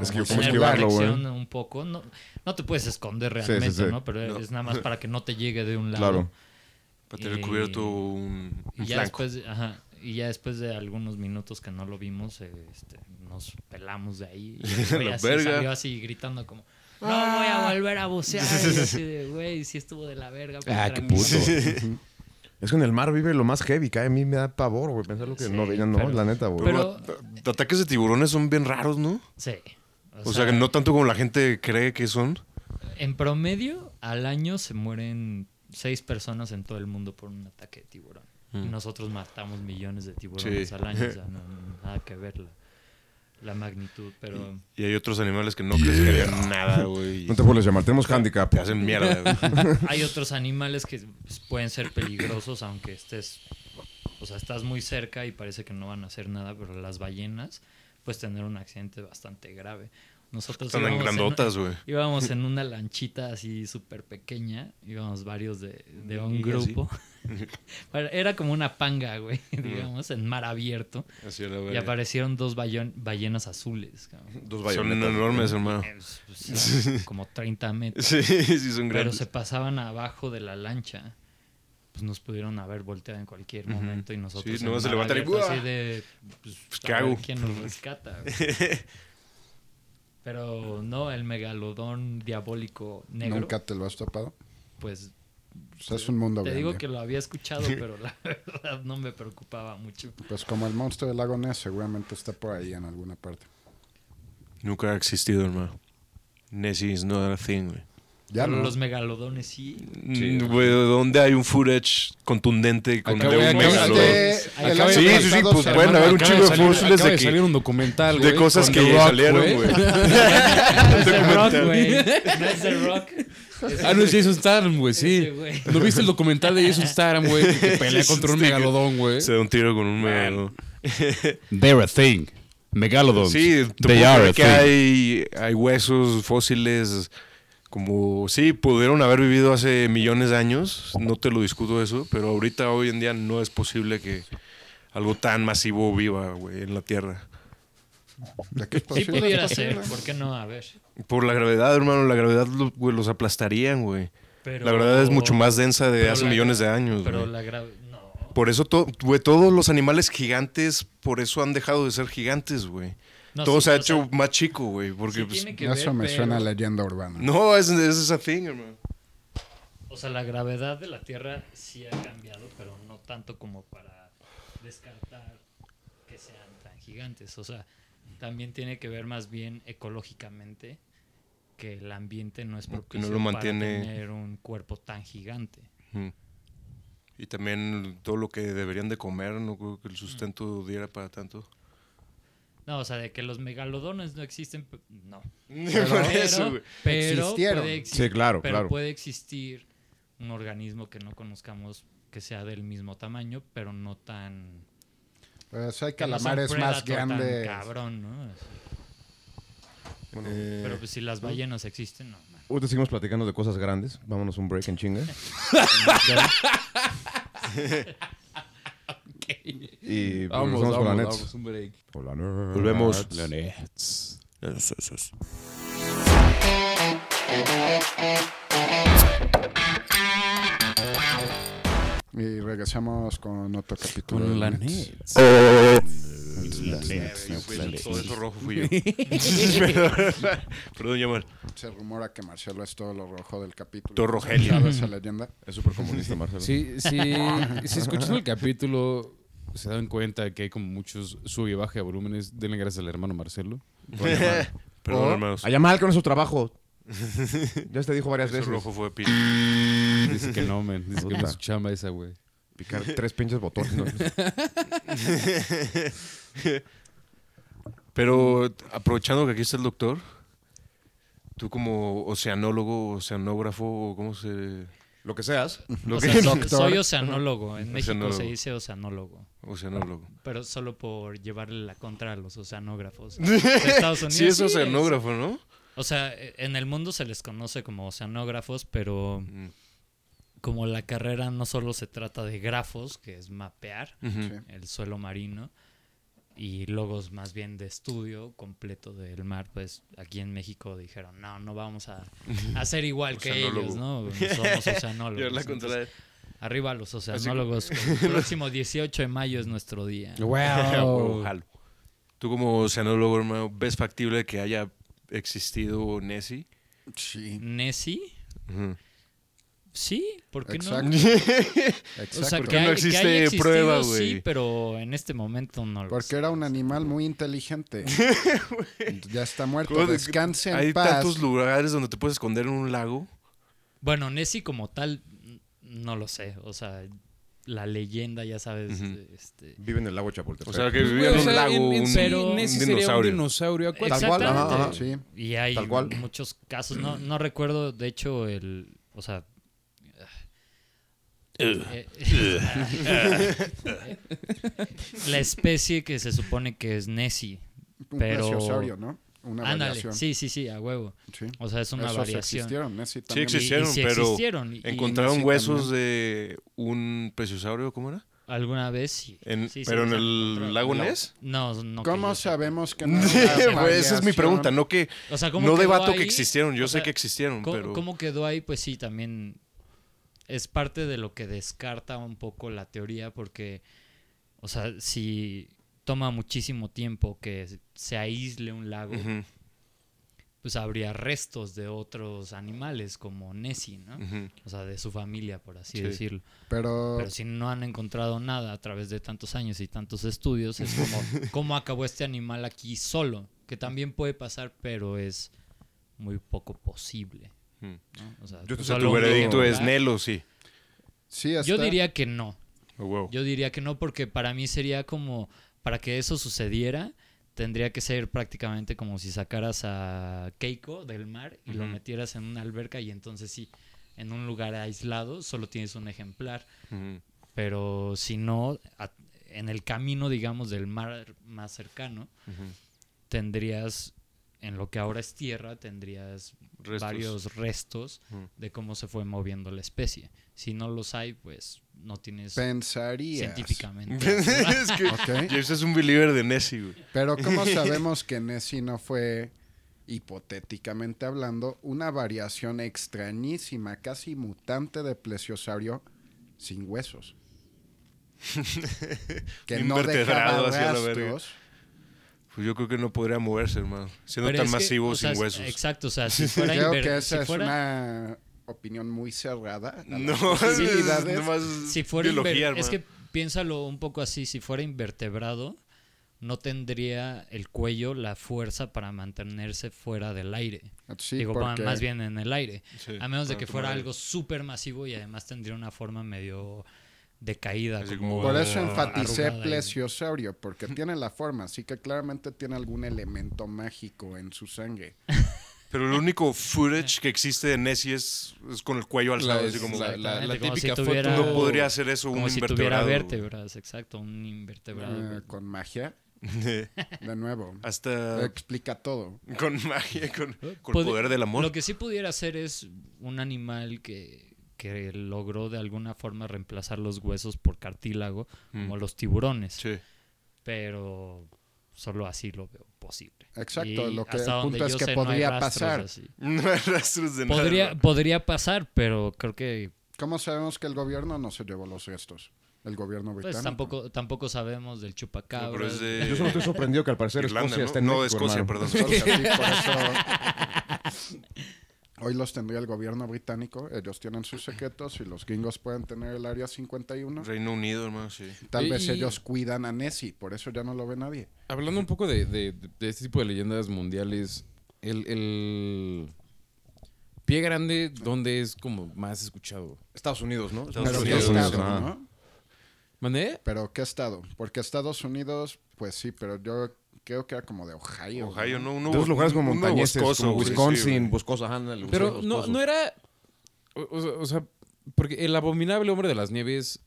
Es que yo
Pues
como
tener
esquivarlo, güey.
protección un poco. No, no te puedes esconder realmente,
sí.
¿no? Pero es nada más para que no te llegue de un lado.
Claro.
Para tener
Y-
cubierto un, un
Y ya,
flanco.
después, de- ajá, y ya después de algunos minutos que no lo vimos, eh, este, nos pelamos de ahí. Y el güey
La
así
verga.
salió así gritando como... No voy a volver a bucear. Y yo así de, güey, sí estuvo de la verga. pero
Ah, qué
tranquilo".
puto.
Es que en el mar vive lo más heavy, cae a mí me da pavor, güey. Pensar lo que
Sí,
no veía, no,
pero-
la neta, güey.
pero-
Pero at- ataques de tiburones son bien raros, ¿no?
Sí.
O, sea, que no tanto como la gente cree que son.
En promedio, al año se mueren seis personas en todo el mundo por un ataque de tiburón. Y nosotros matamos millones de tiburones
Ah. Sí.
al año. O sea, no, no, nada que ver la, la magnitud, pero...
Y hay otros animales que no crees que harían nada, güey.
No te puedes llamar, tenemos handicap.
Te hacen mierda, güey.
Hay otros animales que pues, pueden ser peligrosos, aunque estés... O sea, estás muy cerca y parece que no van a hacer nada, pero las ballenas puedes tener un accidente bastante grave. Nosotros
Están en
íbamos en-
grandotas, güey.
Íbamos en una lanchita así súper pequeña, íbamos varios de, de un grupo. Bueno, Era como una panga, güey, digamos, en mar abierto.
Así a la
Y
verga.
aparecieron dos ballon- ballenas azules, cabrón.
Dos
Son
bayonetas.
enormes, hermano.
Eh, pues, pues, eran como 30 metros.
Sí, sí, son
Pero
grandes.
se pasaban abajo de la lancha. Pues nos pudieron haber volteado en cualquier momento y nosotros.
Sí, nomás
en
se
mar
levantan y
abierto
¡buah!
así de. Pues,
¿qué
a ver
hago?
¿Quién nos rescata? güey. Pero no, el megalodón diabólico negro.
¿Nunca te lo has topado?
pues
Pues es un mundo
te
grande.
digo que lo ¿eh? había escuchado, pero la verdad no me preocupaba mucho.
Pues como el monstruo del lago Ness seguramente está por ahí en alguna parte.
Nunca ha existido, hermano. Nessie is not a thing, güey.
Ya
pero
no.
los megalodones sí.
Mm, Güey, ¿dónde hay un footage contundente con
Acá
de
voy a
un
acabar
megalodón?
de-
Acaba de
Sí, sí, sí,
pasar
pues
dos
pueden
semanas.
haber un
Acaba
chingo de
salir-
fósiles
acaba
de
salir
que...
un documental,
De
güey,
cosas
eh. con
que
The Rock,
salieron, güey.
No es The Rock, güey. No es The Rock.
Ah, no, es Jason Statham, güey, sí.
Ese güey.
¿No viste el documental de Jason Statham, güey? Que que pelea contra un megalodón, güey.
Se da un tiro con un megalodón.
They're a thing. Megalodons.
Sí, tú puedes ver que hay, hay huesos, fósiles, como sí, pudieron haber vivido hace millones de años, no te lo discuto eso, pero ahorita, hoy en día, no es posible que algo tan masivo viva, güey, en la Tierra.
¿De qué es
Sí pues,
posible?
pudiera ser, ¿por qué no? A ver.
Por la gravedad, hermano, la gravedad lo- güey, los aplastarían, güey.
Pero-
la gravedad es mucho más densa de
pero
hace
la-
millones de años.
Pero
güey.
la grave. No.
Por eso to- güey, todos los animales gigantes, por eso han dejado de ser gigantes, güey.
No,
Todo
sí,
se ha
o sea,
hecho más chico, güey. Porque
sí
pues,
tiene que
Eso
ver,
me
pero-
suena a leyenda urbana.
No, es es esa thing, hermano.
O sea, la gravedad de la Tierra sí ha cambiado, pero no tanto como para descartar que sean tan gigantes. O sea, también tiene que ver más bien ecológicamente que el ambiente no es
no
propicio
lo mantiene-
para tener un cuerpo tan gigante.
Mm. Y también todo lo que deberían de comer, no creo que el sustento diera para tanto.
No, o sea, de que los megalodones no existen, p- no.
Por eso, güey.
pero
Existieron.
puede exi-
Sí, claro,
pero
claro.
puede existir un organismo que no conozcamos que sea del mismo tamaño, pero no tan...
Pues hay
que no sea un
calamares más
predator tan
grandes.
Cabrón, ¿no? Así.
Eh,
Pero pues si las ballenas existen, no. man.
ahorita seguimos platicando de cosas grandes. Vámonos un break en chinga. Y
Vamos,
regresamos
vamos,
con la Nets.
vamos, un break.
Con la Nets.
Volvemos.
Y regresamos con otro capítulo. de Nets.
Todo eso rojo fui yo. Perdón, Perdón, Yamal.
Se rumora que Marcelo es todo lo rojo del capítulo.
Todo rogelio.
¿Sabes esa leyenda?
Es súper comunista, Marcelo.
Sí, sí, si escuchan el capítulo, se dan cuenta que hay como muchos sub y baja de volúmenes. Denle gracias al hermano Marcelo.
Perdón, hermanos.
Oh, Allá mal con su trabajo. ya te dijo varias
Eso
veces.
rojo fue pil.
Dice que no, men. Dice que no es su chamba esa, güey.
Picar tres pinches botones. ¿no?
Pero aprovechando que aquí está el doctor, tú como oceanólogo, oceanógrafo, o ¿cómo se...?
Lo que seas.
Lo
O
que
sea, so-
Doctor.
soy oceanólogo. En México
Oceanólogo.
se dice oceanólogo.
Oceanólogo.
Pero solo por llevarle la contra a los oceanógrafos. De Estados Unidos.
Sí, es
sí
oceanógrafo, ¿no?
O sea, e- en el mundo se les conoce como oceanógrafos, pero
Mm.
como la carrera no solo se trata de grafos, que es mapear
Sí.
el suelo marino, y logos más bien de estudio completo del mar, pues aquí en México dijeron, no, no vamos a, a ser igual que ellos, ¿no? No Somos oceanólogos.
Yo la
Entonces,
contra...
Arriba los oceanólogos. El próximo 18 de mayo es nuestro día. Oh.
Wow. Tú como oceanólogo, hermano, ¿ves factible que haya existido Nessie?
Sí.
¿Nessie? Sí, ¿por qué
Exacto.
no?
Exacto.
O sea,
¿Por
que,
qué no
hay-
existe
que haya existido,
prueba, güey?
Sí, pero en este momento no lo
Porque
sé.
era un animal muy inteligente. ya está muerto.
¿Cómo de-
Descanse en
Hay
paz.
tantos lugares donde te puedes esconder en un lago.
Bueno, Nessie como tal, n- no lo sé. O sea, la leyenda, ya sabes. este,
Vive en el lago Chapultepec.
O sea, que Pues vivía en un lago un,
pero-
un
Nessie
dinosaurio.
dinosaurio
Tal cual, ajá,
Ah,
ajá.
sí.
Y hay
Tal cual.
muchos casos. No, no recuerdo, de hecho, el. O sea. eh, la especie que se supone que es Nessie.
Un
Pero-
plesiosaurio, ¿no? Una
Ándale.
variación.
Sí, sí, sí, a huego.
Sí.
O sea, es una
Esos
variación.
existieron, Nessie
Sí
también.
existieron,
Y- y sí
pero
existieron, y-
encontraron
y-
huesos de un plesiosaurio, ¿cómo era?
Alguna vez sí.
En-
Sí, sí
pero en
los han
el
encontrado.
lago Ness.
No, no. que yo
¿Cómo
sepa.
sabemos que no? era una
Pues, esa es mi pregunta,
variación?
no que
O sea, ¿cómo
no
quedó
debato que
ahí?
existieron, yo
O
sé
sea,
que existieron,
¿Cómo,
pero
cómo quedó ahí? Pues sí, también es parte de lo que descarta un poco la teoría porque, o sea, si toma muchísimo tiempo que se aísle un lago,
Ujú,
pues habría restos de otros animales como Nessie, ¿no?
ujú.
O sea, de su familia, por así
Sí.
decirlo.
Pero,
Pero si no han encontrado nada a través de tantos años y tantos estudios, es como cómo acabó este animal aquí solo, que también puede pasar, pero es muy poco posible.
Mm.
¿no? O sea, pues,
Yo, o sea, tu
solo un
veredicto
lugar.
es Nelo, sí.
sí, hasta,
Yo diría que no.
Oh, wow.
Yo diría que no, porque para mí sería como, para que eso sucediera, tendría que ser prácticamente como si sacaras a Keiko del mar y lo
Ujú.
metieras en una alberca y entonces sí, en un lugar aislado solo tienes un ejemplar.
Ujú.
pero si no, a- en el camino, digamos, del mar más cercano, tendrías, en lo que ahora es tierra, tendrías
Restos.
varios restos de cómo se fue moviendo la especie. Si no los hay, pues no tienes
pensarías.
científicamente.
es que
Ok.
James es un believer de Nessie, güey.
Pero ¿cómo sabemos que Nessie no fue, hipotéticamente hablando, una variación extrañísima, casi mutante de plesiosaurio sin huesos? que no
Invertebrado
dejaba
hacia la verga.
rastros.
Pues yo creo que no podría moverse, hermano, siendo
Pero
tan
es que,
masivo
o sea,
sin huesos.
Exacto, o sea, si fuera
Creo
inver-
que esa
si
es
fuera-
una opinión muy cerrada. a
No,
las
es,
posibilidades.
nomás
si fuera inver-
biología, hermano.
es que piénsalo un poco así, si fuera invertebrado no tendría el cuello la fuerza para mantenerse fuera del aire.
Sí,
Digo, ma-
porque-
más bien en el aire.
Sí,
a menos de
para
que
tu
fuera
madre.
algo súper masivo y además tendría una forma medio decaída.
Así
como
como-
Por eso
arrugada
enfaticé
y-
plesiosaurio, porque tiene la forma, así que claramente tiene algún elemento mágico en su sangre.
Pero el único footage que existe de Nessie es, es con el cuello alzado,
La-
así como...
la- la-
Exactamente, como
típica
si
foto-
tuviera-
no podría hacer eso
Como
un
si tuviera
invertebrado.
vértebras, exacto, un invertebrado.
Eh, con magia. De nuevo.
Ah.
Hasta
Explica todo.
con magia, con, con el
Pod-
poder del amor.
Lo que sí pudiera hacer es un animal que, que logró de alguna forma reemplazar los huesos por cartílago, como los tiburones.
Mm. Sí.
Pero solo así lo veo posible.
Exacto,
Y
lo que
hasta
el
donde
punto es
yo
que
sé, no hay
podría
rastros
pasar.
así.
No hay rastros de nada.
Podría, podría pasar, pero creo que
¿Cómo sabemos que el gobierno no se llevó los restos? El gobierno británico.
pues tampoco, tampoco sabemos del chupacabra.
No, pero es de
Yo solo estoy sorprendido que al parecer
Irlanda,
Escocia
¿no?
está en
No, de
México,
Escocia,
hermano.
Pues Solo
perdón.
que sí, por eso- Hoy los tendría el gobierno británico, ellos tienen sus secretos y los gringos pueden tener el área 51.
Reino Unido, hermano, sí.
Tal vez
Y-
ellos cuidan a Nessie, por eso ya no lo ve nadie.
Hablando un poco de, de- de este tipo de leyendas mundiales, el, el pie grande, ¿dónde es como más escuchado?
Estados Unidos, ¿no?
Pues
Pero qué
Unidos,
estado,
ajá.
¿no?
¿Mandé?
Pero qué estado. Porque Estados Unidos, pues sí, pero yo creo que era como de Ohio.
Ohio, no, uno,
De esos lugares como
uno
montañeses,
boscoso,
como
güey, sí,
Wisconsin,
güey.
Boscosa, ajá, ándale,
Pero
Wisconsin,
no,
Boscoso.
no era. O, o sea- o sea, porque el abominable hombre de las nieves.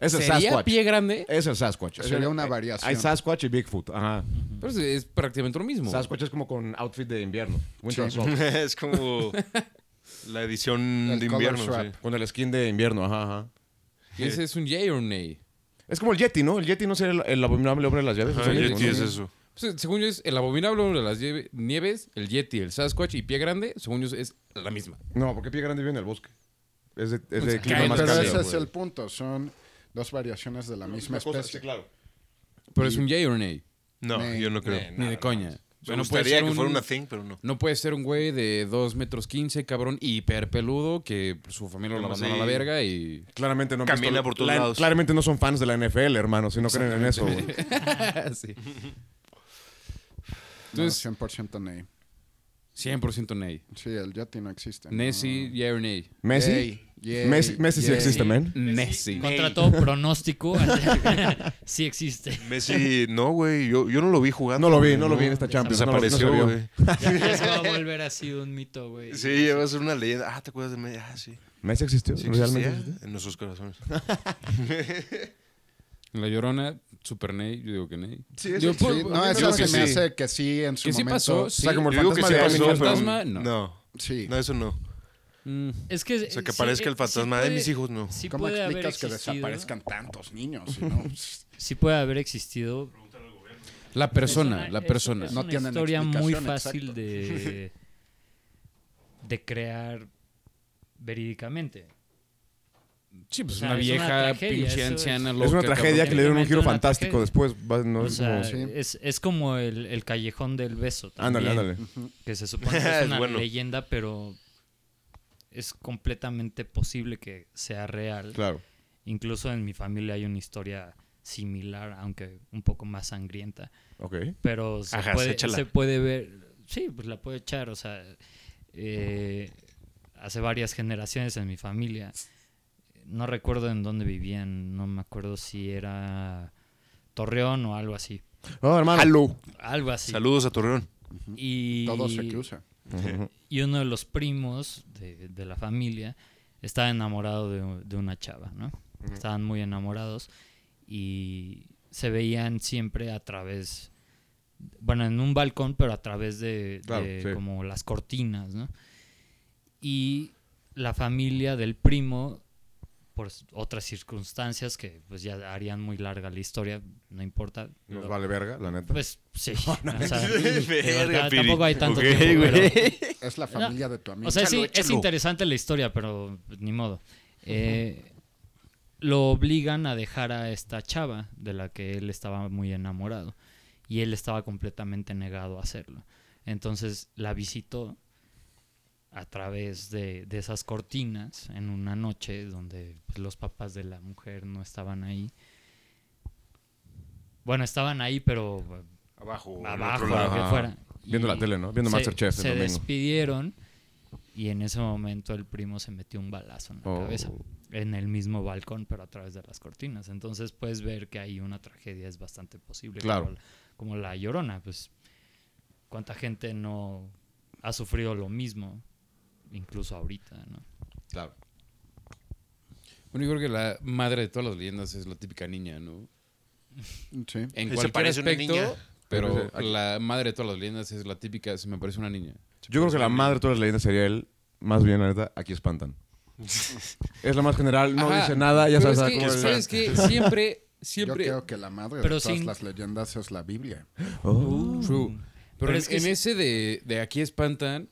Es el
¿Sería
Sasquatch.
pie grande?
Es el Sasquatch.
Sería
Es-
una
hay-
variación.
Hay Sasquatch y Bigfoot, ajá.
Pero es, es prácticamente lo mismo.
Sasquatch es como con outfit de invierno. Winter
Sí.
Assault.
es como la edición
El
de
color
invierno,
swap.
sí.
Con el skin de invierno, ajá, ajá.
Y Ese es un yay or nay.
Es como el Yeti, ¿no? El Yeti no sería el, el abominable hombre de las llaves.
Ajá,
es el
el
mismo,
Yeti
Pues ¿no?
Ah, es eso.
O sea, Pues, eh, según yo es el abominable hombre de las nieve- nieves, el yeti, el sasquatch y pie grande, según yo es la misma.
No, porque Pie Grande vive en el bosque. Es de, es de
sea,
clima
Pues cae
más
Pero
Cambio,
cálido.
ese es
güey.
el punto, son dos variaciones de la misma
Cosa,
especie.
sí, claro.
Pero es un yay or nay.
No,
Ni-
yo no creo.
ni-
Me
Ni de coña. O sea, no puede
gustaría
ser
que
un-
fuera una thing, pero no.
No puede ser un güey de 2 metros 15, cabrón, hiperpeludo, que su familia lo
Además,
abandonó a la
sí.
verga y...
Claramente no han
Camina
visto-
por todos
cla-
lados.
Claramente no son fans de la NFL, hermano, si no creen en eso. güey.
sí.
No,
Entonces-
100% Ney.
100% Ney.
Sí, el Yeti no existe. ¿no?
Nessie, yay or nay.
Messi.
Yay, yay,
Messi, Messi sí
yay.
existe, man.
Nessie.
Contra todo pronóstico, sí existe.
Messi, no, güey, yo, yo no lo vi jugando.
No lo vi, no lo vi en esta Champions. no lo- no se
Desapareció,
vio.
güey.
Ya, ya se va a volver así un mito, güey.
Sí, ya va a ser una leyenda. Ah, ¿te acuerdas de Messi? Ah, sí.
¿Messi existió?
Sí
¿Realmente este?
existía
existió?
En nuestros corazones.
La Llorona, super Ney, yo digo que Ney.
Sí,
Yo,
sí,
por-
no,
pues, yo
eso
digo
se
que
me
sí.
hace que sí en su
Que sí
momento.
pasó, sí.
sea, como el
Yo digo que sí
fantasma de
pasó,
Benny
pero-
Fantasma, no.
No,
Sí.
no, eso no.
Mm.
Es que,
O sea, que aparezca el fantasma de mis hijos, no.
Sí
¿Cómo
puede haber
explicas que
existido-
desaparezcan tantos niños? si no, pues,
Sí puede haber existido.
La persona,
Es una-
la
es-
persona.
Es,
No
una
tienen
historia muy
explicación,
fácil
exacto.
de, de crear verídicamente.
Sí, pues
O sea,
una
es una
vieja,
tragedia,
pinche
eso es-
anciana loca.
Es una tragedia
cabrón.
que le dieron un giro
Una
fantástico
tragedia.
después. va- no,
O
es
sea,
como-
Pues, sí.
es, es como el, el callejón del beso.
Ándale,
también,
ándale.
Que se supone que es
Es
una
bueno.
leyenda, pero es completamente posible que sea real.
Claro.
Incluso en mi familia hay una historia similar, aunque un poco más sangrienta.
Ok.
Pero se,
Ajá,
puede,
échala.
se puede ver. Sí, pues la puedo echar. O sea, eh, hace varias generaciones en mi familia. No recuerdo en dónde vivían. No me acuerdo si era Torreón o algo así.
No, hermano.
Algo así.
Saludos a Torreón.
Y,
Todo se cruza.
y uno de los primos de, de la familia estaba enamorado de, de una chava, ¿no? Estaban muy enamorados y se veían siempre a través, bueno, en un balcón, pero a través de,
Claro,
de
sí.
como las cortinas, ¿no? Y la familia del primo, por s- otras circunstancias que pues ya harían muy larga la historia, no importa.
Nos
lo-
vale verga, la neta.
Pues sí. o sea,
Verga, Piri.
tampoco hay tanto
Ok,
tiempo, pero-
güey.
Es la familia de tu amigo.
o sea, sí,
Échalo,
es
échalo.
interesante la historia, pero ni modo. Eh, lo obligan a dejar a esta chava de la que él estaba muy enamorado y él estaba completamente negado a hacerlo. Entonces la visitó a través de, de esas cortinas en una noche donde pues, los papás de la mujer no estaban ahí. Bueno, estaban ahí, pero
Abajo.
abajo,
otro
lo
lado.
que
Ajá.
fuera.
Viendo la tele, ¿no? Viendo
se-
MasterChef el
Se
domingo.
despidieron y en ese momento el primo se metió un balazo en la
Oh.
cabeza. En el mismo balcón, pero a través de las cortinas. Entonces puedes ver que ahí una tragedia es bastante posible.
Claro.
Como, la- como la llorona, pues. ¿Cuánta gente no ha sufrido lo mismo, incluso ahorita, ¿no?
Claro. Bueno, yo creo que la madre de todas las leyendas es la típica niña, ¿no?
Sí.
En
Se
cualquier
parece una
aspecto,
niña.
pero la madre de todas las leyendas es la típica, se me parece una niña.
Yo creo que la madre de todas las leyendas sería él. Más bien, la neta, aquí espantan. es la más general, no
Ajá.
dice nada, ya
Pero
sabes. ah,
es
cómo
que,
es.
¿sabes qué? siempre,
Yo
siempre...
creo que la madre
Pero
de todas
sin-
las leyendas es la Biblia.
"Oh,
True. Pero,
Pero
en,
es que
en
sí-
ese de, de aquí espantan,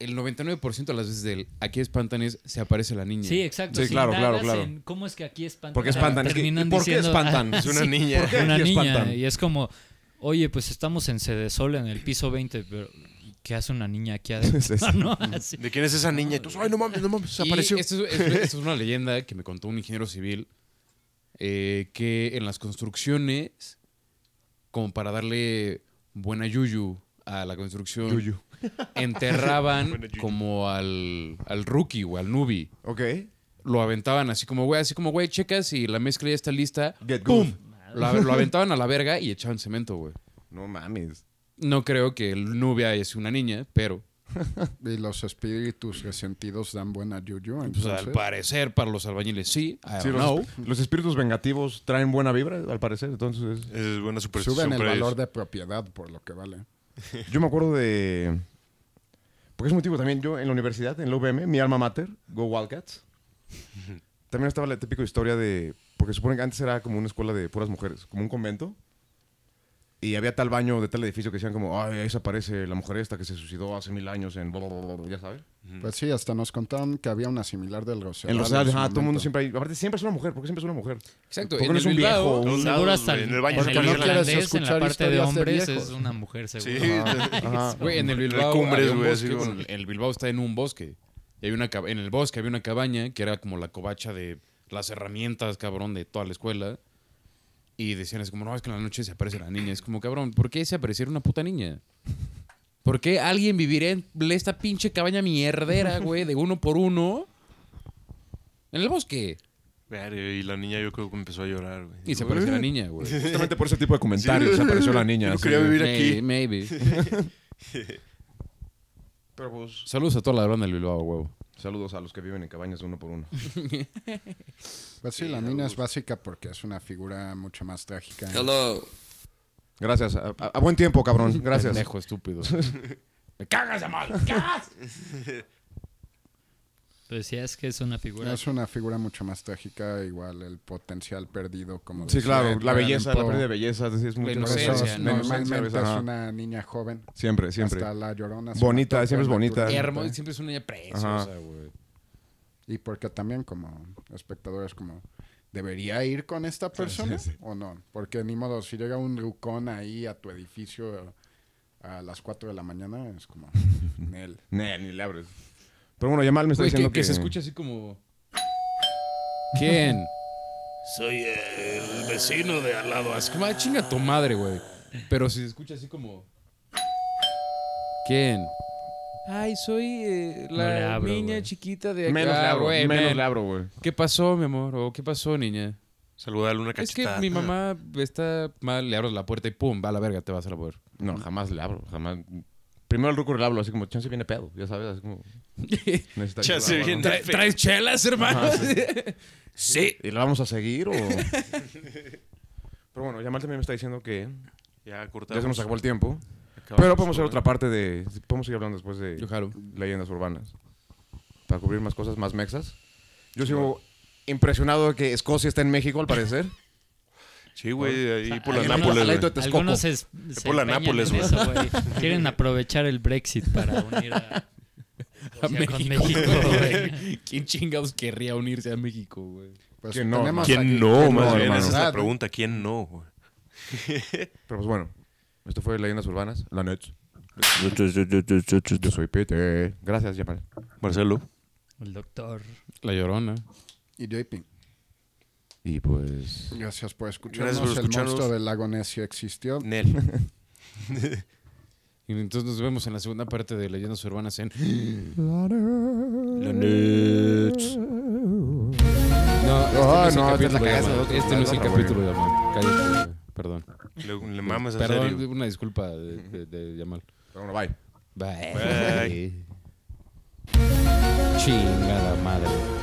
el 99% de las veces del aquí espantan es se aparece la niña.
Sí, exacto.
Sí,
si
claro, claro,
indagas
claro.
en ¿Cómo es que aquí espantan?
Porque espantan, es que,
Ah, Terminan
¿y por qué
diciendo,
espantan?
"Ah,
Es una
sí,
niña.
¿Por qué
una
aquí
niña.
espantan?
Y es como, oye, pues estamos en Sedesol en el piso 20, pero ¿qué hace una niña aquí adentro?
Sí, sí.
¿No? Así.
¿De quién es esa niña? Y tú, ay, no mames, no mames, se
Y
apareció.
Esto es, esto- esto es una leyenda que me contó un ingeniero civil eh, que en las construcciones, como para darle buena yuyu a la construcción, enterraban como al, al rookie o al newbie.
Ok.
Lo aventaban así como, güey, así como, güey, checas y la mezcla ya está lista.
Get
¡Pum!
good.
Lo, ave- lo aventaban a la verga y echaban cemento, güey.
No mames.
No creo que el nubia haya sido una niña, pero
Y los espíritus resentidos dan buena yuyu.
pues,
Entonces,
al parecer para los albañiles sí. I
Sí,
don't
los,
know.
esp- los espíritus vengativos traen buena vibra, al parecer. Entonces,
Es buena
pues
superstición.
suben el
para ellos.
valor de propiedad por lo que vale.
yo me acuerdo de. Porque es motivo también. Yo en la universidad, en la UVM, mi alma mater, Go Wildcats. También estaba la típica historia de. Porque supone que antes era como una escuela de puras mujeres, como un convento. Y había tal baño de tal edificio que decían como, ay, ahí se aparece la mujer esta que se suicidó hace mil años en... bla, bla, bla, bla", ya sabes.
Pues sí, hasta nos contaron que había una similar del Rosedal.
En los ajá,
su
todo el mundo
momento.
siempre hay... Aparte, siempre es una mujer, porque siempre es una mujer.
Exacto.
Porque
en el
no es un
Bilbao-
viejo.
Todos
Seguro
lados,
hasta
güey,
el,
en el baño
en
de
el
Irlanda.
irlandés,
¿Quieres
en la
escuchar
parte de
historias de
hombres,
viejos?
es una mujer seguro.
Sí,
Ajá.
Güey, en el Bilbao.
cumbres,
había un
güey,
bosque,
así como-
bueno, el- el Bilbao está en un bosque. Y hay una, cab- en el bosque había una cabaña que era como la covacha de las herramientas, cabrón, de toda la escuela. Y decían así como, no, es que en la noche se aparece la niña. Es como, cabrón, ¿por qué se apareciera una puta niña? ¿Por qué alguien viviría en esta pinche cabaña mierdera, güey, de uno por uno? En el bosque.
Verga, Y la niña yo creo que empezó a llorar, güey.
Y se aparece la niña, güey.
Justamente por ese tipo de comentarios
Sí.
se apareció la niña.
Yo no
así.
quería vivir
Maybe,
aquí.
maybe.
Pero pues,
Saludos a toda la banda del Bilbao, huevo.
saludos a los que viven en cabañas de uno por uno.
Pues sí, la niña es básica porque es una figura mucho más trágica.
Hello.
Gracias. A, a- a buen tiempo, cabrón. Gracias.
Pendejo estúpido. ¡Me cagas de mal!
Pues sí, es que es una figura.
Es una figura mucho más trágica, igual el potencial perdido, como
Sí,
decía
claro.
Edgar
La
Allan
belleza, la
Poe.
pérdida de belleza. Es, es mucho-
Por eso
Inocencia, ¿no?
Normalmente
Ajá.
es una niña joven.
Siempre, siempre.
Hasta la llorona. se
Bonita,
mató
siempre es
por
bonita.
naturaleza.
Hermosa, siempre es una niña preciosa, güey.
Y porque también como espectadores como debería ir con esta persona o no, porque ni modo si llega un rucón ahí a tu edificio a las 4 de la mañana es como Nel.
Nah, ni le abres. Pero bueno, Yamal me está
Güey, que,
diciendo
que se escucha así como. ¿Quién?
Soy el vecino de al lado.
Es como, ah, chinga tu madre, güey. Pero si se escucha así como. ¿Quién? Ay, soy eh,
No le
la
abro,
niña
güey.
chiquita de acá.
Menos le abro,
güey,
menos
men.
le abro, güey.
¿Qué pasó, mi amor? ¿O qué pasó, niña?
Saludarle una
Es que
cachetada.
mi mamá está mal, le abres la puerta y pum, va a la verga, te vas a la poder.
No, jamás le abro, jamás. Primero el ruco le hablo, así como, chance viene pedo, ya sabes, así como... Necesita ayuda,
Chance
güey, ¿no?
viene-
¿Traes chelas, hermano? sí.
¿Y la vamos a seguir o...? Pero bueno, Yamal también me está diciendo que
Ya cortamos.
ya se nos acabó el tiempo.
Acabamos,
Pero podemos hacer
güey.
otra parte de... Podemos seguir hablando después de
Yo jalo.
leyendas urbanas. Para cubrir más cosas más mexas. Yo sigo impresionado de que Escocia está en México, al parecer.
Sí, güey, ahí
Ah,
por la
Algunos-
Nápoles,
Al
güey.
lado de Texcoco.
Algunos es- se
Por la
empeñan
Nápoles,
en
güey.
eso, güey. Quieren aprovechar el Brexit para unir a,
A
o sea, con
México,
México, güey.
güey. ¿Quién chingados querría unirse a México, güey?
Pues
Que no,
tenemos aquí-
ah,
¿Quién no?
que
Más
no,
bien,
hermano.
esa es la
Verdad,
pregunta. ¿Quién no? güey?
Pero pues bueno, esto fue Leyendas Urbanas. La net. Yo soy Pete. Gracias, Yamal.
Marcelo.
El doctor.
La llorona.
Y JP,
Y pues...
gracias por escucharnos.
Gracias por escucharnos.
El monstruo del lago necio existió.
Nel.
Y entonces nos vemos en la segunda parte de Leyendas Urbanas en...
La Nets.
No, este no es el
no, te
capítulo,
la cagaste,
Yamal.
otro,
Este no es el
otra,
capítulo, Yamal. Cállate, güey. Perdón.
Le, le mames a
Perdón,
serio.
una disculpa de, de- de Yamal.
Pero bueno, bye.
Chingada madre.